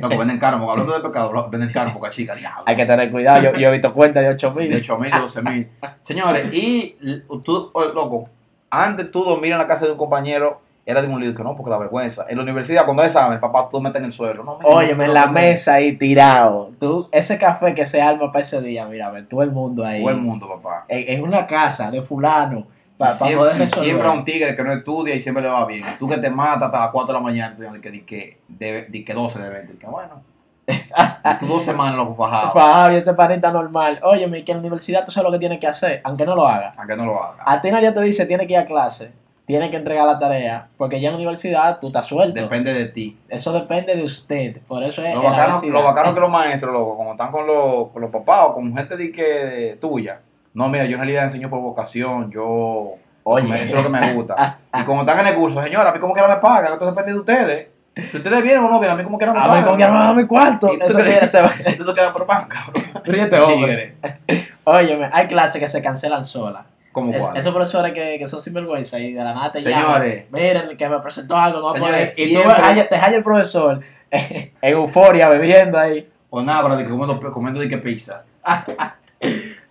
[SPEAKER 2] Lo que venden caro, porque hablando de pecado, lo- venden caro, poca chica, diablo.
[SPEAKER 1] Hay que tener cuidado, yo, yo he visto cuentas de 8
[SPEAKER 2] De
[SPEAKER 1] mil.
[SPEAKER 2] 8 mil, 12 mil. Señores, y l- tú, oye, loco, antes tú dormir en la casa de un compañero era de un lío que no, porque la vergüenza. En la universidad, cuando hay examen, papá, tú metes en el suelo. No, mira,
[SPEAKER 1] Óyeme,
[SPEAKER 2] no,
[SPEAKER 1] en la
[SPEAKER 2] no,
[SPEAKER 1] mesa ahí tirado. Tú, ese café que se arma para ese día, mira, ve, todo el mundo ahí.
[SPEAKER 2] Todo el mundo, papá.
[SPEAKER 1] En, en una casa de fulano. pa- pa
[SPEAKER 2] Siempre-
[SPEAKER 1] poder
[SPEAKER 2] y
[SPEAKER 1] resolver.
[SPEAKER 2] siempre a un tigre que no estudia y siempre le va bien. Tú que te matas hasta las 4 de la mañana, estudiando, y que, di que, de, di que 12 de 20. Y que bueno. Y tú dos semanas lo fajado.
[SPEAKER 1] Fabio, ese panita normal. Óyeme, que en la universidad tú sabes lo que tienes que hacer, aunque no lo hagas.
[SPEAKER 2] Aunque no lo hagas.
[SPEAKER 1] A ti nadie te dice, tienes que ir a clase, tienes que entregar la tarea, porque ya en la universidad tú estás suelto.
[SPEAKER 2] Depende de ti.
[SPEAKER 1] Eso depende de usted, por eso es Eh,
[SPEAKER 2] Lo
[SPEAKER 1] en la
[SPEAKER 2] bacano,
[SPEAKER 1] universidad.
[SPEAKER 2] lo bacano que los maestros, loco, como están con los, con los papás o con gente de que tuya. No, mira, yo en realidad enseño por vocación, yo.
[SPEAKER 1] Oye.
[SPEAKER 2] me- Eso es lo que me gusta. Y como están en el curso, señora, a mí como quiera me pagan, esto depende de ustedes. Si ustedes vienen o no vienen, a mí como quiera me
[SPEAKER 1] A
[SPEAKER 2] pagan.
[SPEAKER 1] ver, ¿cómo que no mi cuarto?
[SPEAKER 2] Y tú
[SPEAKER 1] Eso
[SPEAKER 2] te-
[SPEAKER 1] tiene ese...
[SPEAKER 2] Y tú te quedas por pan, cabrón.
[SPEAKER 1] Ríete, Este hombre.
[SPEAKER 2] Tigre.
[SPEAKER 1] Óyeme, hay clases que se cancelan solas.
[SPEAKER 2] Como
[SPEAKER 1] Es-
[SPEAKER 2] cuál.
[SPEAKER 1] esos profesores que, que son sinvergüenza y de la nada te
[SPEAKER 2] Señores.
[SPEAKER 1] llaman. Miren, que me presentó algo, no va a poder.
[SPEAKER 2] Señores,
[SPEAKER 1] Y tú
[SPEAKER 2] siempre-
[SPEAKER 1] halla- te halla el profesor en euforia, bebiendo ahí.
[SPEAKER 2] O nada, pero de que comiendo, comiendo de que pizza.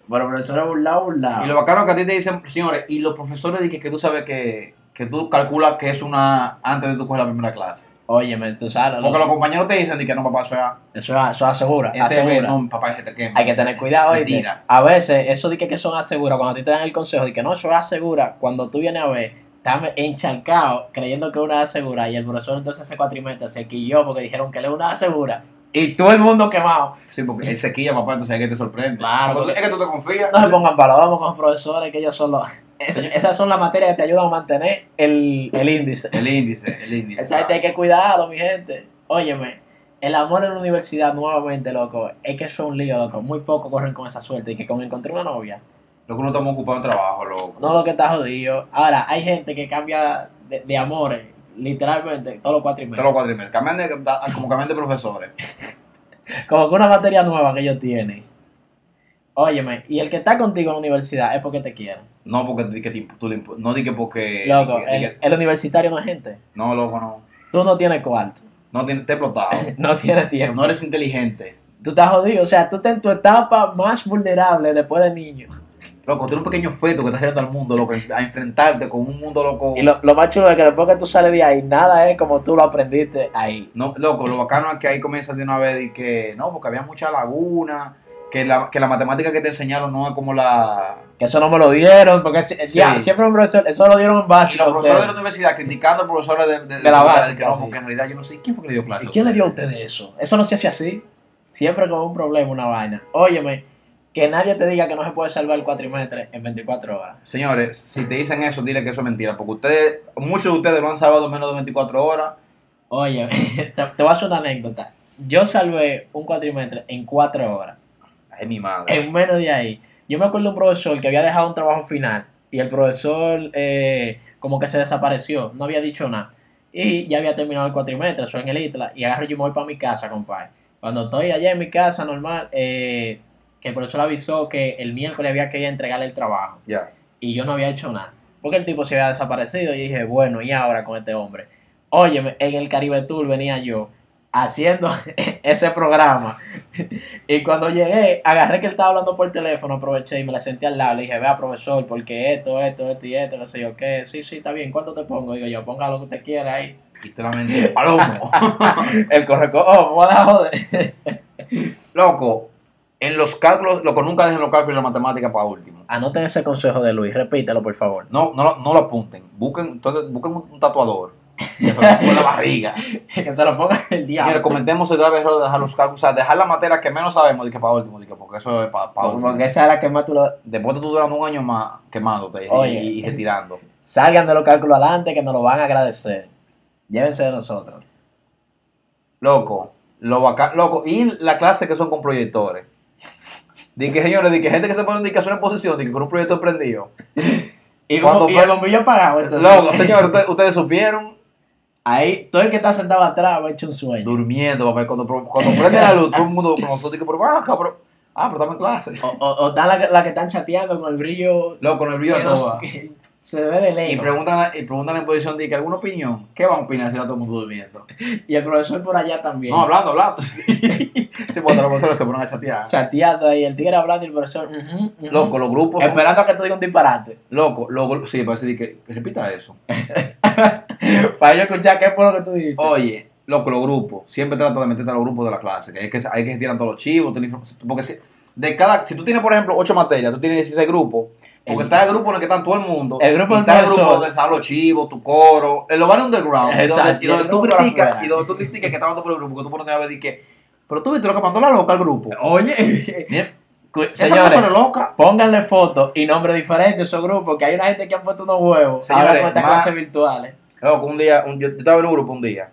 [SPEAKER 1] Bueno, profesor, es burlado, burlado.
[SPEAKER 2] Y lo bacano que a ti te dicen, señores, y los profesores de que, que tú sabes que, que tú calculas que es una antes de tú coger la primera clase.
[SPEAKER 1] Óyeme, tú sabes, lo-
[SPEAKER 2] Porque los compañeros te dicen de que no, papá, eso era
[SPEAKER 1] eso, eso asegura,
[SPEAKER 2] este
[SPEAKER 1] asegura.
[SPEAKER 2] mes, no, papá, ese te quema.
[SPEAKER 1] Hay que tener cuidado, ¿oíste?
[SPEAKER 2] Mentira.
[SPEAKER 1] A veces, eso de que, que son asegura, cuando a ti te dan el consejo de que no, eso es asegura, cuando tú vienes a ver, estás encharcado creyendo que es una asegura y el profesor entonces ese cuatrimestre se quilló porque dijeron que él es una asegura y todo el mundo quemado.
[SPEAKER 2] Sí, porque él se quilla, papá, entonces hay que te sorprende.
[SPEAKER 1] Claro,
[SPEAKER 2] Porque tú-
[SPEAKER 1] porque-
[SPEAKER 2] es que tú te confías.
[SPEAKER 1] No se pongan palos, vamos con los profesores, que ellos son los... es-
[SPEAKER 2] Señor.
[SPEAKER 1] esas son las materias que te ayudan a mantener el, el índice.
[SPEAKER 2] El índice, el índice.
[SPEAKER 1] Esa gente hay que cuidarlo, mi gente. Óyeme, el amor en la universidad nuevamente, loco, es que eso es un lío, loco. Muy pocos corren con esa suerte y que con encontrar una novia,
[SPEAKER 2] Lo que uno estamos ocupado en trabajo, loco.
[SPEAKER 1] no lo que está jodido. Ahora, hay gente que cambia de, de amores, literalmente, todos los cuatro y
[SPEAKER 2] Todos
[SPEAKER 1] medio.
[SPEAKER 2] los cuatrimestres. Cambian de, da- como cambian de profesores.
[SPEAKER 1] Como que una materia nueva que ellos tienen. Óyeme, y el que está contigo en la universidad es porque te quiere.
[SPEAKER 2] No porque di que te imp- tú le imp- No di que porque.
[SPEAKER 1] Loco,
[SPEAKER 2] di que- di
[SPEAKER 1] el,
[SPEAKER 2] que-
[SPEAKER 1] el universitario no es gente.
[SPEAKER 2] no, loco, no.
[SPEAKER 1] Tú no tienes cuarto,
[SPEAKER 2] No te, te he explotado.
[SPEAKER 1] no tienes tiempo.
[SPEAKER 2] no eres inteligente.
[SPEAKER 1] Tú estás jodido, o sea, tú estás en tu etapa más vulnerable después de niño.
[SPEAKER 2] Loco, tú eres un pequeño feto que estás saliendo al mundo, loco, a enfrentarte con un mundo loco.
[SPEAKER 1] Y lo, lo más chulo es que después que tú sales de ahí, nada es como tú lo aprendiste ahí.
[SPEAKER 2] No, loco, lo bacano es que ahí comienza de una vez y que no, porque había mucha laguna, que la, que la matemática que te enseñaron no es como la.
[SPEAKER 1] Que eso no me lo dieron, porque si-
[SPEAKER 2] Sí.
[SPEAKER 1] ya, siempre un profesor, eso lo dieron en
[SPEAKER 2] Y
[SPEAKER 1] básico.
[SPEAKER 2] los profesores de la
[SPEAKER 1] ustedes.
[SPEAKER 2] universidad criticando a los profesores de,
[SPEAKER 1] Ah, De la
[SPEAKER 2] universidad,
[SPEAKER 1] básica,
[SPEAKER 2] que no,
[SPEAKER 1] sí.
[SPEAKER 2] porque en realidad yo no sé quién fue que le dio clase.
[SPEAKER 1] ¿Y quién le dio a ustedes eso? Eso no se hace así. Siempre como un problema, una vaina. Óyeme, que nadie te diga que no se puede salvar el cuatrimestre en 24 horas.
[SPEAKER 2] Señores, si te dicen eso, dile que eso es mentira, porque ustedes, muchos de ustedes lo han salvado en menos de 24 horas.
[SPEAKER 1] Óyeme, te, te voy a hacer una anécdota. Yo salvé un cuatrimestre en 4 horas.
[SPEAKER 2] Ay, mi madre.
[SPEAKER 1] en menos de ahí. Yo me acuerdo de un profesor que había dejado un trabajo final y el profesor eh, como que se desapareció, no había dicho nada. Y ya había terminado el cuatrimestre, soy en el ITLA, y agarro y yo me voy para mi casa, compadre. Cuando estoy allá en mi casa, normal, eh, que el profesor avisó que el miércoles había que ir a entregarle el trabajo.
[SPEAKER 2] Ya.
[SPEAKER 1] Y yo no había hecho nada. Porque el tipo se había desaparecido y dije, bueno, ¿y ahora con este hombre? Óyeme, en el Caribe Tour venía yo haciendo ese programa. y cuando llegué, agarré que él estaba hablando por teléfono, aproveché y me la senté al lado. Le dije, vea, profesor, porque esto, esto, esto y esto, qué sé yo, qué. Sí, sí, está bien, ¿cuánto te pongo? Digo yo, ponga lo que usted quiera ahí.
[SPEAKER 2] Y te la vendí, palomo.
[SPEAKER 1] el correco, oh, me van a joder.
[SPEAKER 2] Loco, en los cálculos, loco, nunca dejen los cálculos y la matemática para último.
[SPEAKER 1] Anoten ese consejo de Luis, repítelo, por favor.
[SPEAKER 2] No, no, lo- no lo apunten. Busquen, entonces, busquen un, un tatuador. Que se lo ponga en la barriga.
[SPEAKER 1] que se lo ponga el
[SPEAKER 2] Señores,
[SPEAKER 1] diablo.
[SPEAKER 2] comentemos el grave error de dejar los cálculos. O sea, dejar la materia que menos sabemos, dije, para último, dije, porque eso es para, último.
[SPEAKER 1] Porque esa era la que más tú lo...
[SPEAKER 2] Después tú duras un año más quemándote y-
[SPEAKER 1] Oye.
[SPEAKER 2] y, y retirando.
[SPEAKER 1] Salgan de los cálculos adelante que nos lo van a agradecer. Llévense de nosotros.
[SPEAKER 2] Loco, lo vaca- loco. Y la clase que son con proyectores. Dije, que, señores, dije, que gente que se pone en indicación en posición, dije, con un proyector prendido.
[SPEAKER 1] Y,
[SPEAKER 2] Cuando
[SPEAKER 1] como- y
[SPEAKER 2] fue-
[SPEAKER 1] el bombillo apagado. Entonces,
[SPEAKER 2] Loco, señores, ustedes, ustedes supieron
[SPEAKER 1] ahí todo el que está sentado atrás va a echar un sueño.
[SPEAKER 2] durmiendo, papá. y Cuando, pro- cuando prende la luz, todo el mundo con nosotros, dije, pero baja, pero. Ah, pero estamos en clase.
[SPEAKER 1] O, o- o están las la que están chateando con el brillo.
[SPEAKER 2] Loco, nervioso.
[SPEAKER 1] que no-
[SPEAKER 2] todo va.
[SPEAKER 1] que se ve de
[SPEAKER 2] Y
[SPEAKER 1] lejos.
[SPEAKER 2] preguntan, y preguntan en posición, dije, ¿alguna opinión? ¿Qué van a opinar si está todo el mundo durmiendo?
[SPEAKER 1] Y, el profesor por allá también.
[SPEAKER 2] No, hablando, hablando. Sí, cuando los profesores se ponen a chatear.
[SPEAKER 1] chateando ahí. El tigre hablando y el profesor. ujú, ujú.
[SPEAKER 2] Loco, los grupos. son-
[SPEAKER 1] Esperando a que tú digas un disparate.
[SPEAKER 2] Loco, loco, sí, parece que, que repita eso.
[SPEAKER 1] Para yo escuchar qué fue lo que tú dijiste.
[SPEAKER 2] Oye, loco, los grupos. Siempre trata de meterte a los grupos de la clase. Que hay que, hay que se tiran todos los chivos. tienen inform- Porque si, de cada, si tú tienes, por ejemplo, ocho materias, tú tienes 16 grupos. Porque
[SPEAKER 1] El-
[SPEAKER 2] está el grupo en el que están todo el mundo.
[SPEAKER 1] El grupo
[SPEAKER 2] y
[SPEAKER 1] del
[SPEAKER 2] está el grupo
[SPEAKER 1] profesor.
[SPEAKER 2] donde están los chivos, tu coro. El lugar underground. Y donde,
[SPEAKER 1] Exacto,
[SPEAKER 2] y donde
[SPEAKER 1] el
[SPEAKER 2] tú
[SPEAKER 1] grupo para
[SPEAKER 2] criticas.
[SPEAKER 1] afuera.
[SPEAKER 2] Y donde tú criticas que está dando por el grupo. Que tú pones a ver y que. Pero tú viste lo que mandó la loca al grupo.
[SPEAKER 1] Oye.
[SPEAKER 2] Mira,
[SPEAKER 1] cu-
[SPEAKER 2] Esa persona es
[SPEAKER 1] Señores,
[SPEAKER 2] loca.
[SPEAKER 1] pónganle fotos y nombres diferentes a esos grupos. Que hay una gente que han puesto unos huevos.
[SPEAKER 2] Señores,
[SPEAKER 1] ahora con estas
[SPEAKER 2] más-
[SPEAKER 1] clases virtuales.
[SPEAKER 2] Loco, un día, un- yo, yo estaba en un grupo un día.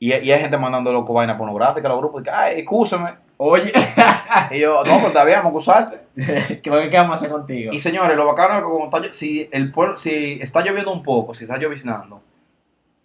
[SPEAKER 2] Y, y hay gente mandando loco vaina pornográfica a los grupos. Y que, ay, excúsame.
[SPEAKER 1] Oye. Ah.
[SPEAKER 2] Y yo, no, pues todavía vamos a acusarte.
[SPEAKER 1] ¿Qué qué vamos a hacer contigo?
[SPEAKER 2] Y señores, lo bacano es que como está, llo- si, el pueblo, si está lloviendo un poco, si está lloviznando,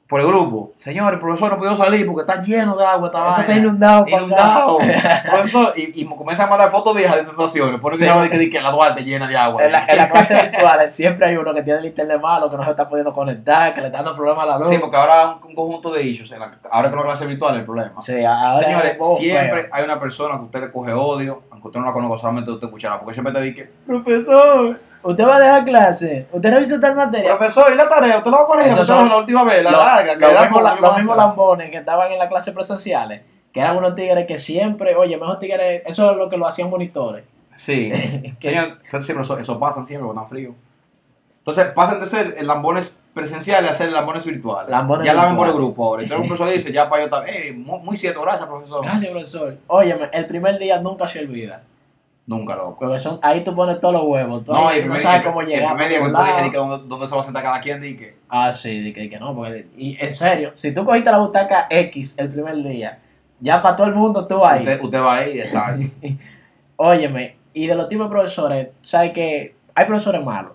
[SPEAKER 2] por el grupo, señores, profesor, no puedo salir porque está lleno de agua esta
[SPEAKER 1] Esto está
[SPEAKER 2] vaina.
[SPEAKER 1] inundado. papá.
[SPEAKER 2] Inundado. profesor, y, y comienzan a mandar fotos viejas de situaciones. Por eso
[SPEAKER 1] Sí.
[SPEAKER 2] yo dije que, que la Duarte llena de agua.
[SPEAKER 1] En la- en las clases virtuales siempre hay uno que tiene el internet malo, que no se está pudiendo conectar, que le está dando problemas a la luz.
[SPEAKER 2] Sí, porque ahora un, un conjunto de issues, en la- ahora con la clase virtual el problema.
[SPEAKER 1] Sí, ahora
[SPEAKER 2] Señores,
[SPEAKER 1] es un poco
[SPEAKER 2] siempre
[SPEAKER 1] feo.
[SPEAKER 2] hay una persona que usted le coge odio, aunque usted no la conozca, solamente usted escuchará, porque siempre te dice, profesor,
[SPEAKER 1] Usted va a dejar clase, usted revisó tal materia.
[SPEAKER 2] profesor, ¿y la tarea? ¿Usted la va a corregir?
[SPEAKER 1] Esos
[SPEAKER 2] Usted
[SPEAKER 1] son-
[SPEAKER 2] la hizo la última vez, la
[SPEAKER 1] Lo-
[SPEAKER 2] larga, que
[SPEAKER 1] Los
[SPEAKER 2] era
[SPEAKER 1] mismos
[SPEAKER 2] como
[SPEAKER 1] la-
[SPEAKER 2] que
[SPEAKER 1] los
[SPEAKER 2] pasa.
[SPEAKER 1] mismos lambones que estaban en las clases presenciales, que eran unos tigres que siempre, oye, mejor tigres, eso es lo que lo hacían monitores.
[SPEAKER 2] Sí,
[SPEAKER 1] Que-
[SPEAKER 2] Señor, pero siempre eso, eso pasan siempre cuando está frío. Entonces pasan de ser el lambones presenciales a ser lambones virtuales.
[SPEAKER 1] Lambones
[SPEAKER 2] ya la ven por el
[SPEAKER 1] virtuales.
[SPEAKER 2] grupo ahora. Entonces el profesor dice, ya para yo también, "Ey, muy, muy cierto, gracias profesor.
[SPEAKER 1] Gracias, profesor. Óyeme, el primer día nunca se olvida.
[SPEAKER 2] Nunca, loco.
[SPEAKER 1] Porque son, ahí tú pones todos los huevos. Tú
[SPEAKER 2] No,
[SPEAKER 1] ahí
[SPEAKER 2] y el
[SPEAKER 1] no
[SPEAKER 2] primer,
[SPEAKER 1] sabes
[SPEAKER 2] el-
[SPEAKER 1] cómo
[SPEAKER 2] el
[SPEAKER 1] llegar.
[SPEAKER 2] primer
[SPEAKER 1] a
[SPEAKER 2] día que
[SPEAKER 1] ningún
[SPEAKER 2] tú le dije,
[SPEAKER 1] lado.
[SPEAKER 2] di que dónde, dónde se va a sentar cada quien, di que
[SPEAKER 1] Ah, sí, de que, de que no, porque y en serio, si tú cogiste la butaca X el primer día, ya para todo el mundo tú ahí.
[SPEAKER 2] usted, usted va ahí, exacto.
[SPEAKER 1] Óyeme, y de los tipos de profesores, sabes que hay profesores malos,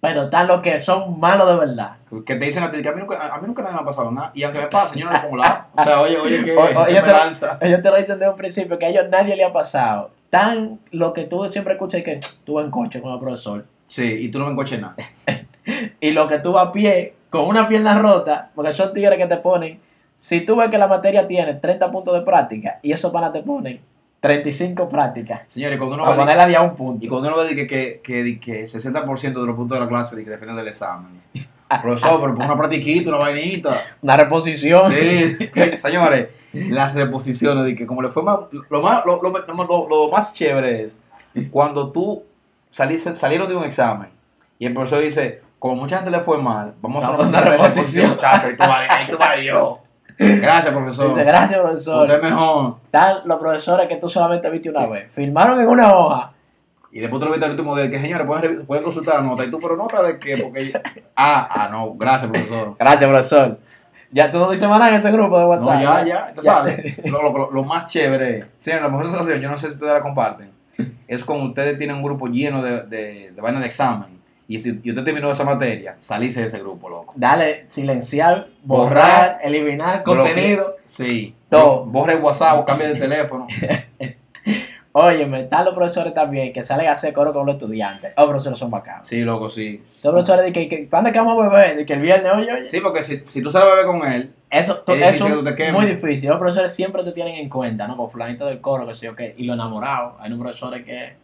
[SPEAKER 1] pero están los que son malos de verdad.
[SPEAKER 2] que te dicen a ti que a mí nunca, a mí nunca nadie me ha pasado nada. Y aunque me pase, yo no le pongo la. O sea, oye, oye, que
[SPEAKER 1] O- oye,
[SPEAKER 2] que
[SPEAKER 1] yo
[SPEAKER 2] me
[SPEAKER 1] te-
[SPEAKER 2] lanza.
[SPEAKER 1] Ellos te lo dicen desde un principio que a ellos nadie le ha pasado. Tan lo que tú siempre escuchas es que tú vas en coche con el profesor
[SPEAKER 2] Sí, y tú no me encoches nada.
[SPEAKER 1] y lo que tú vas a pie con una pierna rota, porque son tigres que te ponen. Si tú ves que la materia tiene 30 puntos de práctica y esos panas te ponen 35 prácticas.
[SPEAKER 2] Señores, cuando uno
[SPEAKER 1] Para
[SPEAKER 2] va a
[SPEAKER 1] ponerla de a un
[SPEAKER 2] y
[SPEAKER 1] punto.
[SPEAKER 2] cuando uno ve di que, que, que, di que 60% de los puntos de la clase di que dependen del examen. Profesor, pero pon una practiquita, una vainita.
[SPEAKER 1] Una reposición.
[SPEAKER 2] Sí, sí, señores, las reposiciones, di que como le fue más, lo más, lo, lo- lo- lo más chévere es cuando tú saliste, salieron de un examen y el profesor dice, como mucha gente le fue mal, vamos a hacer
[SPEAKER 1] Una reposición.
[SPEAKER 2] muchacho, y tú vas, ahí tú vas, yo. Gracias, profesor.
[SPEAKER 1] Dice, gracias, profesor.
[SPEAKER 2] Usted es mejor.
[SPEAKER 1] Están los profesores que tú solamente viste una vez. Firmaron en una hoja.
[SPEAKER 2] Y después tú lo viste al último día, que señores, pueden, revi- pueden consultar la nota. Y tú, pero nota de qué, porque... Ah, ah, no, gracias, profesor.
[SPEAKER 1] Gracias, profesor. Ya tú no dices más nada en ese grupo de
[SPEAKER 2] No,
[SPEAKER 1] WhatsApp. ¿eh?
[SPEAKER 2] ya, ya, te
[SPEAKER 1] Ya.
[SPEAKER 2] sale. Lo, lo- lo más chévere, es- sí, la mejor sensación, yo no sé si ustedes la comparten, es cuando ustedes tienen un grupo lleno de, de, de vainas de examen. Y si y usted terminó esa materia, salirse de ese grupo, loco.
[SPEAKER 1] Dale, silenciar, borrar,
[SPEAKER 2] Borrar,
[SPEAKER 1] eliminar
[SPEAKER 2] bloquear.
[SPEAKER 1] contenido.
[SPEAKER 2] Sí.
[SPEAKER 1] Todo.
[SPEAKER 2] Borre el WhatsApp o cambie de teléfono.
[SPEAKER 1] Óyeme, están los profesores también que salen a hacer coro con los estudiantes. Oh, profesores son bacanos.
[SPEAKER 2] Sí, loco, sí.
[SPEAKER 1] Los profesores dicen que, que ¿cuándo es que vamos a beber? Dicen que el viernes, oye, oye.
[SPEAKER 2] Sí, porque si, si tú sales a beber con él,
[SPEAKER 1] Eso tú-
[SPEAKER 2] Es difícil
[SPEAKER 1] eso
[SPEAKER 2] que tú te
[SPEAKER 1] es
[SPEAKER 2] quemes.
[SPEAKER 1] muy difícil. Los profesores siempre te tienen en cuenta, ¿no? Por fulanito del coro, que sé yo qué. Y los enamorados. Hay unos profesores que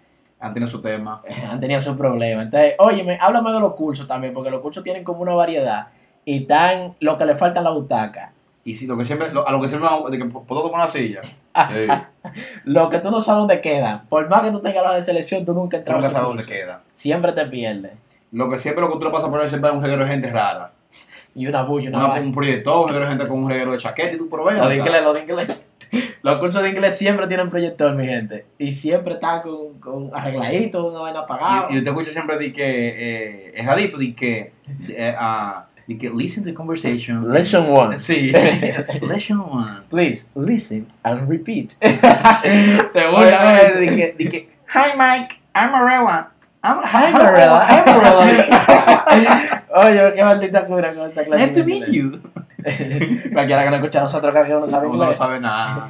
[SPEAKER 2] han tenido su tema.
[SPEAKER 1] han tenido sus problemas. Entonces, óyeme, háblame de los cursos también, porque los cursos tienen como una variedad. Y tan lo que le falta en la butaca.
[SPEAKER 2] Y si lo que siempre, lo- a lo que siempre vamos, de que puedo tomar una silla. Sí.
[SPEAKER 1] Lo que tú no sabes dónde queda. Por más que tú tengas la de selección, tú nunca
[SPEAKER 2] Tú
[SPEAKER 1] entras.
[SPEAKER 2] nunca
[SPEAKER 1] a ese
[SPEAKER 2] sabes dónde
[SPEAKER 1] curso.
[SPEAKER 2] queda.
[SPEAKER 1] Siempre te pierdes.
[SPEAKER 2] Lo que siempre lo que tú le pasas por ahí siempre es un reguero de gente rara.
[SPEAKER 1] Y una bulla, una
[SPEAKER 2] Una-
[SPEAKER 1] vaina.
[SPEAKER 2] un proyector, un reguero de gente con un reguero de chaqueta y tú pero ven
[SPEAKER 1] Los de
[SPEAKER 2] acá.
[SPEAKER 1] inglés, los de inglés. Los cursos de inglés siempre tienen proyector, mi gente. Y siempre están con, con arregladitos, una vaina apagada.
[SPEAKER 2] Y, y usted escucha siempre de que, eh, erradito, de que, eh, ah, de que listen to conversation.
[SPEAKER 1] Lesson one.
[SPEAKER 2] Sí, lesson one.
[SPEAKER 1] Please listen and repeat.
[SPEAKER 2] Oye, oye,
[SPEAKER 1] Seguramente.
[SPEAKER 2] de que, de que, hi Mike, I'm Arela. I'm,
[SPEAKER 1] Hi,
[SPEAKER 2] I'm
[SPEAKER 1] Arela.
[SPEAKER 2] Arela. I'm Arela.
[SPEAKER 1] Oye, qué maldita cura con esa clase.
[SPEAKER 2] nice to
[SPEAKER 1] de
[SPEAKER 2] meet
[SPEAKER 1] inglés.
[SPEAKER 2] you.
[SPEAKER 1] Cualquiera que no escucha a nosotros, creo que no sabe
[SPEAKER 2] Uno no
[SPEAKER 1] inglés.
[SPEAKER 2] sabe nada.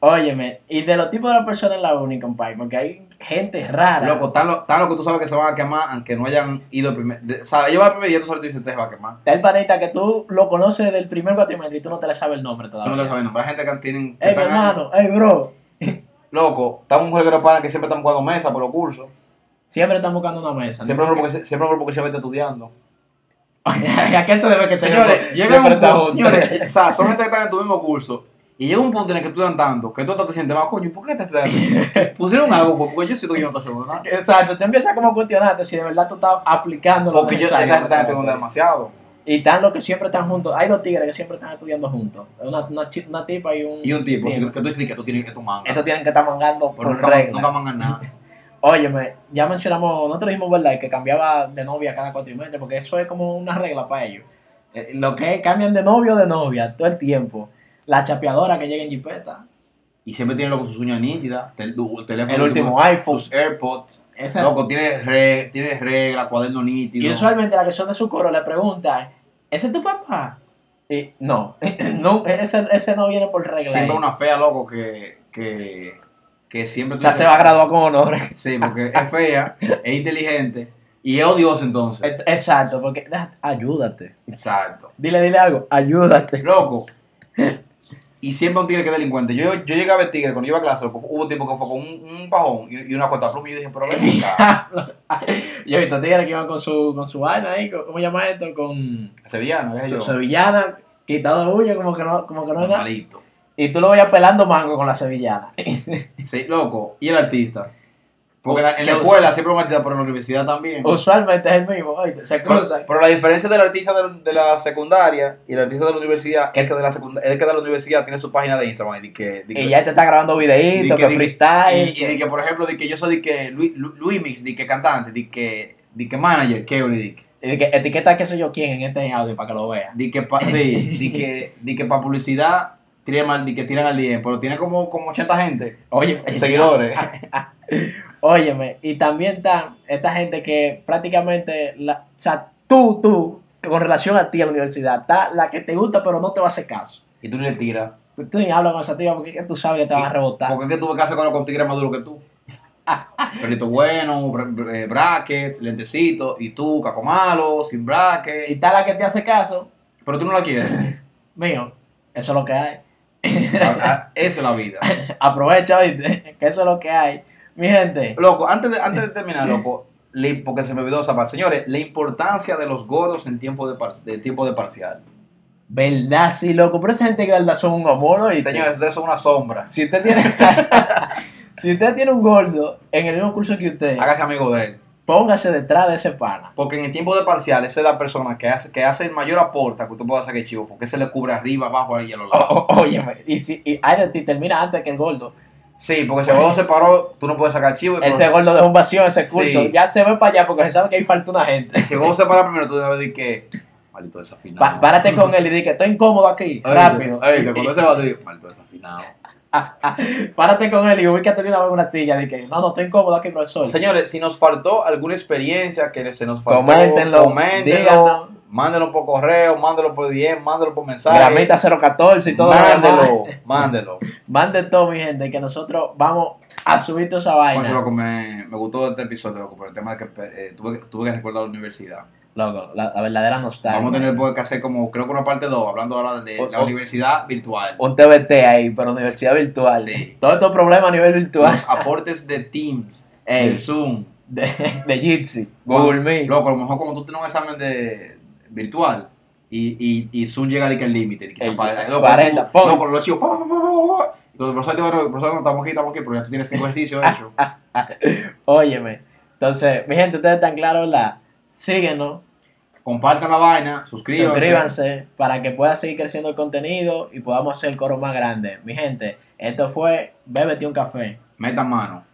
[SPEAKER 1] Óyeme, y de los tipos de las personas en la uni, compadre, porque hay gente rara.
[SPEAKER 2] Loco, tan lo, tan lo que tú sabes que se van a quemar, aunque no hayan ido el primer. de- o sea, ellos van al primer día, tú sabes, tú dices, te se va a quemar.
[SPEAKER 1] Está el panita que tú lo conoces del primer cuatrimestre y tú no te le sabes el nombre
[SPEAKER 2] Tú no te lo
[SPEAKER 1] todavía.
[SPEAKER 2] sabes nombrar. Hay gente que tienen. que
[SPEAKER 1] Ey, mi
[SPEAKER 2] están-
[SPEAKER 1] hermano, ey, bro.
[SPEAKER 2] Loco, estamos un juego de pana que siempre están jugando mesa por los cursos.
[SPEAKER 1] Siempre están buscando una mesa. ¿no?
[SPEAKER 2] Siempre un grupo que, se- siempre un grupo que siempre está estudiando.
[SPEAKER 1] ¿A qué se debe que
[SPEAKER 2] Señores, llega
[SPEAKER 1] siempre
[SPEAKER 2] un
[SPEAKER 1] está
[SPEAKER 2] punto,
[SPEAKER 1] junto?
[SPEAKER 2] señores, eh, o sea, son gente que están en tu mismo curso. Y llega un punto en el que tú dan tanto, que tú hasta te sientes más, coño, ¿por qué te estás Pusieron algo, pues, porque yo siento que yo no estoy seguro de nada.
[SPEAKER 1] Exacto, tú empiezas como a cuestionarte si de verdad tú estás aplicando lo
[SPEAKER 2] Porque yo esta
[SPEAKER 1] necesario
[SPEAKER 2] gente
[SPEAKER 1] para
[SPEAKER 2] está
[SPEAKER 1] saber.
[SPEAKER 2] estudiando demasiado.
[SPEAKER 1] Y están los que siempre están juntos. Hay dos tigres que siempre están estudiando juntos. Una, una, chi- una tipa y un.
[SPEAKER 2] Y un tipo,
[SPEAKER 1] Bien.
[SPEAKER 2] si- que tú dices que tú tienes que tomar.
[SPEAKER 1] Estos tienen que estar mangando
[SPEAKER 2] Pero
[SPEAKER 1] por
[SPEAKER 2] nunca,
[SPEAKER 1] regla.
[SPEAKER 2] nunca van a ganar.
[SPEAKER 1] Óyeme, ya mencionamos, nosotros dijimos, ¿verdad? El que cambiaba de novia cada cuatrimestre, porque eso es como una regla para ellos. Eh, Lo que es, cambian de novio o de novia todo el tiempo. La chapeadora que llega en jipeta.
[SPEAKER 2] Y siempre tiene loco sus uñas nítidas, tel- tu teléfono.
[SPEAKER 1] El
[SPEAKER 2] tu-
[SPEAKER 1] último iPhone.
[SPEAKER 2] Sus AirPods.
[SPEAKER 1] Esa-
[SPEAKER 2] Loco, tiene, re, tiene regla, cuaderno
[SPEAKER 1] Y
[SPEAKER 2] nítido.
[SPEAKER 1] usualmente la que son de su coro le preguntan, ¿ese es tu papá? Y no, no ese, ese no viene por regla.
[SPEAKER 2] Siempre
[SPEAKER 1] eh.
[SPEAKER 2] una fea, loco, que, que, que siempre...
[SPEAKER 1] O
[SPEAKER 2] tú
[SPEAKER 1] sea,
[SPEAKER 2] dices-
[SPEAKER 1] se va a graduar con honores.
[SPEAKER 2] Sí, porque es fea, es inteligente y es odioso entonces.
[SPEAKER 1] Et- Exacto, porque deja- ayúdate.
[SPEAKER 2] Exacto.
[SPEAKER 1] Dile, dile algo, ayúdate.
[SPEAKER 2] Loco. Y siempre un tigre que es delincuente. Yo, yo llegué a ver tigre cuando iba a clase, loco, hubo un tipo que fue con un, un pajón y, y una corta pluma y yo dije, pero ven acá.
[SPEAKER 1] Yo he visto tigres que iban con su, con su vaina ahí, con- ¿cómo llama esto? Con
[SPEAKER 2] Sevillano, qué sé
[SPEAKER 1] su
[SPEAKER 2] yo.
[SPEAKER 1] sevillana, quitado bulla, como que no, como que no es nada.
[SPEAKER 2] Malito.
[SPEAKER 1] Y tú lo veías pelando mango con la sevillana.
[SPEAKER 2] Sí, loco. Y el artista. Porque en la- en la
[SPEAKER 1] Oh, ¿Qué Oh,
[SPEAKER 2] escuela siempre un artista, pero en la universidad también.
[SPEAKER 1] Usualmente es el mismo, oíste, se
[SPEAKER 2] Pero,
[SPEAKER 1] cruzan.
[SPEAKER 2] pero la diferencia del artista de, de la secundaria y el artista de la universidad es que de la, secund- es que de la universidad tiene su página de Instagram. Y, que, de que-
[SPEAKER 1] Y ya te está grabando
[SPEAKER 2] Di
[SPEAKER 1] videitos,
[SPEAKER 2] que-
[SPEAKER 1] que
[SPEAKER 2] di que-
[SPEAKER 1] freestyle.
[SPEAKER 2] Y, y de que, por ejemplo, de que yo soy de que Luis, Lu- Luis Mix, de que cantante, de que, de que manager, Kevin, de que,
[SPEAKER 1] Y de que etiqueta qué sé yo quién en este audio para que lo vean.
[SPEAKER 2] de que pa- sí, de que, de que para publicidad tiran al, de que tiran al 10, pero tiene como, como 80 gente,
[SPEAKER 1] Oye,
[SPEAKER 2] seguidores.
[SPEAKER 1] Óyeme, y también está esta gente que prácticamente, la, o sea, tú, tú, con relación a ti a la universidad, está la que te gusta pero no te va a hacer caso.
[SPEAKER 2] Y tú ni le tiras.
[SPEAKER 1] Tú, tú ni hablas con esa tía porque es que tú sabes que te vas a rebotar.
[SPEAKER 2] Porque es que tuve que hacer con, con tigres más duros que tú. Perrito bueno, bra- bra- eh, brackets, lentecitos, y tú, caco malo, sin
[SPEAKER 1] Y
[SPEAKER 2] brackets.
[SPEAKER 1] está la que te hace caso,
[SPEAKER 2] Pero tú no la quieres.
[SPEAKER 1] mío, eso es lo que hay.
[SPEAKER 2] A- a- Ah, esa es la vida.
[SPEAKER 1] Aprovecha, oíste, que eso es lo que hay. Mi gente,
[SPEAKER 2] Loco, antes de, antes de terminar, loco, le- porque se me olvidó esa parte. Señores, la importancia de los gordos en tiempo de, par- del tiempo de parcial.
[SPEAKER 1] verdad, sí, loco, pero esa gente que verdad son un homoro y
[SPEAKER 2] Señores, ustedes son una sombra.
[SPEAKER 1] si usted tiene... Si usted tiene un gordo en el mismo curso que usted,
[SPEAKER 2] Hágase amigo de él.
[SPEAKER 1] póngase detrás de ese pana.
[SPEAKER 2] Porque en el tiempo de parcial, esa es la persona que hace, que hace el mayor aporte que usted pueda hacer que chivo. Porque se le cubre arriba, abajo, ahí y a los lados.
[SPEAKER 1] O- o- Oh, Óyeme, y si y ay, de ti termina antes que el gordo.
[SPEAKER 2] Sí, porque si el gordo se paró, tú no puedes sacar chivo. Pero
[SPEAKER 1] Ese gordo dejó un vacío en ese curso.
[SPEAKER 2] Sí.
[SPEAKER 1] Ya se ve para allá porque se sabe que ahí falta una gente.
[SPEAKER 2] si el gordo se para primero, tú debes decir que. Maldito desafinado.
[SPEAKER 1] Pa- párate con él y di que estoy incómodo aquí.
[SPEAKER 2] Oye,
[SPEAKER 1] rápido.
[SPEAKER 2] Oye, cuando se va a decir, maldito desafinado.
[SPEAKER 1] Párate con él y ubícate de una vez en una silla. De que, no, no, estoy incómodo aquí, profesor.
[SPEAKER 2] Señores, si nos faltó alguna experiencia que se nos faltó,
[SPEAKER 1] Coméntenlo,
[SPEAKER 2] coméntenlo,
[SPEAKER 1] díganos.
[SPEAKER 2] mándenlo por correo, mándenlo por DM, mándenlo por mensaje.
[SPEAKER 1] Gramita 014 y todo. lo demás.
[SPEAKER 2] mándelo, mándelo.
[SPEAKER 1] Manden todo, mi gente, que nosotros vamos a subir toda esa
[SPEAKER 2] Concho,
[SPEAKER 1] vaina.
[SPEAKER 2] loco, me, me gustó este episodio, loco, por el tema de que eh, tuve, tuve que recordar la universidad.
[SPEAKER 1] Loco, la, la verdadera nostalgia.
[SPEAKER 2] Vamos a tener que hacer como, creo que una parte 2, hablando ahora de
[SPEAKER 1] O-
[SPEAKER 2] la
[SPEAKER 1] o-
[SPEAKER 2] universidad virtual.
[SPEAKER 1] un TBT ahí, pero universidad virtual.
[SPEAKER 2] Sí.
[SPEAKER 1] Todo estos problemas a nivel virtual.
[SPEAKER 2] Los aportes de Teams, de
[SPEAKER 1] Ey,
[SPEAKER 2] Zoom.
[SPEAKER 1] de, de Jitsi,
[SPEAKER 2] Bueno,
[SPEAKER 1] Google Meet.
[SPEAKER 2] Loco, a lo mejor como tú tienes un examen de virtual y, y, y Zoom llega de que el límite. de que se
[SPEAKER 1] Ey,
[SPEAKER 2] apaga. Loco,
[SPEAKER 1] 40,
[SPEAKER 2] tú-
[SPEAKER 1] pon.
[SPEAKER 2] loco, los chicos. pa, pa, pa, pa, pa, pa. Y Los profesores te van a profesor, no estamos aquí, estamos aquí, pero ya tú tienes cinco ejercicios hechos.
[SPEAKER 1] Óyeme. Entonces, mi gente, ustedes están claros, ¿verdad? Síguenos,
[SPEAKER 2] Compartan la vaina, suscríbanse.
[SPEAKER 1] suscríbanse para que pueda seguir creciendo el contenido y podamos hacer el coro más grande. Mi gente, esto fue Bébete un café.
[SPEAKER 2] Metan mano.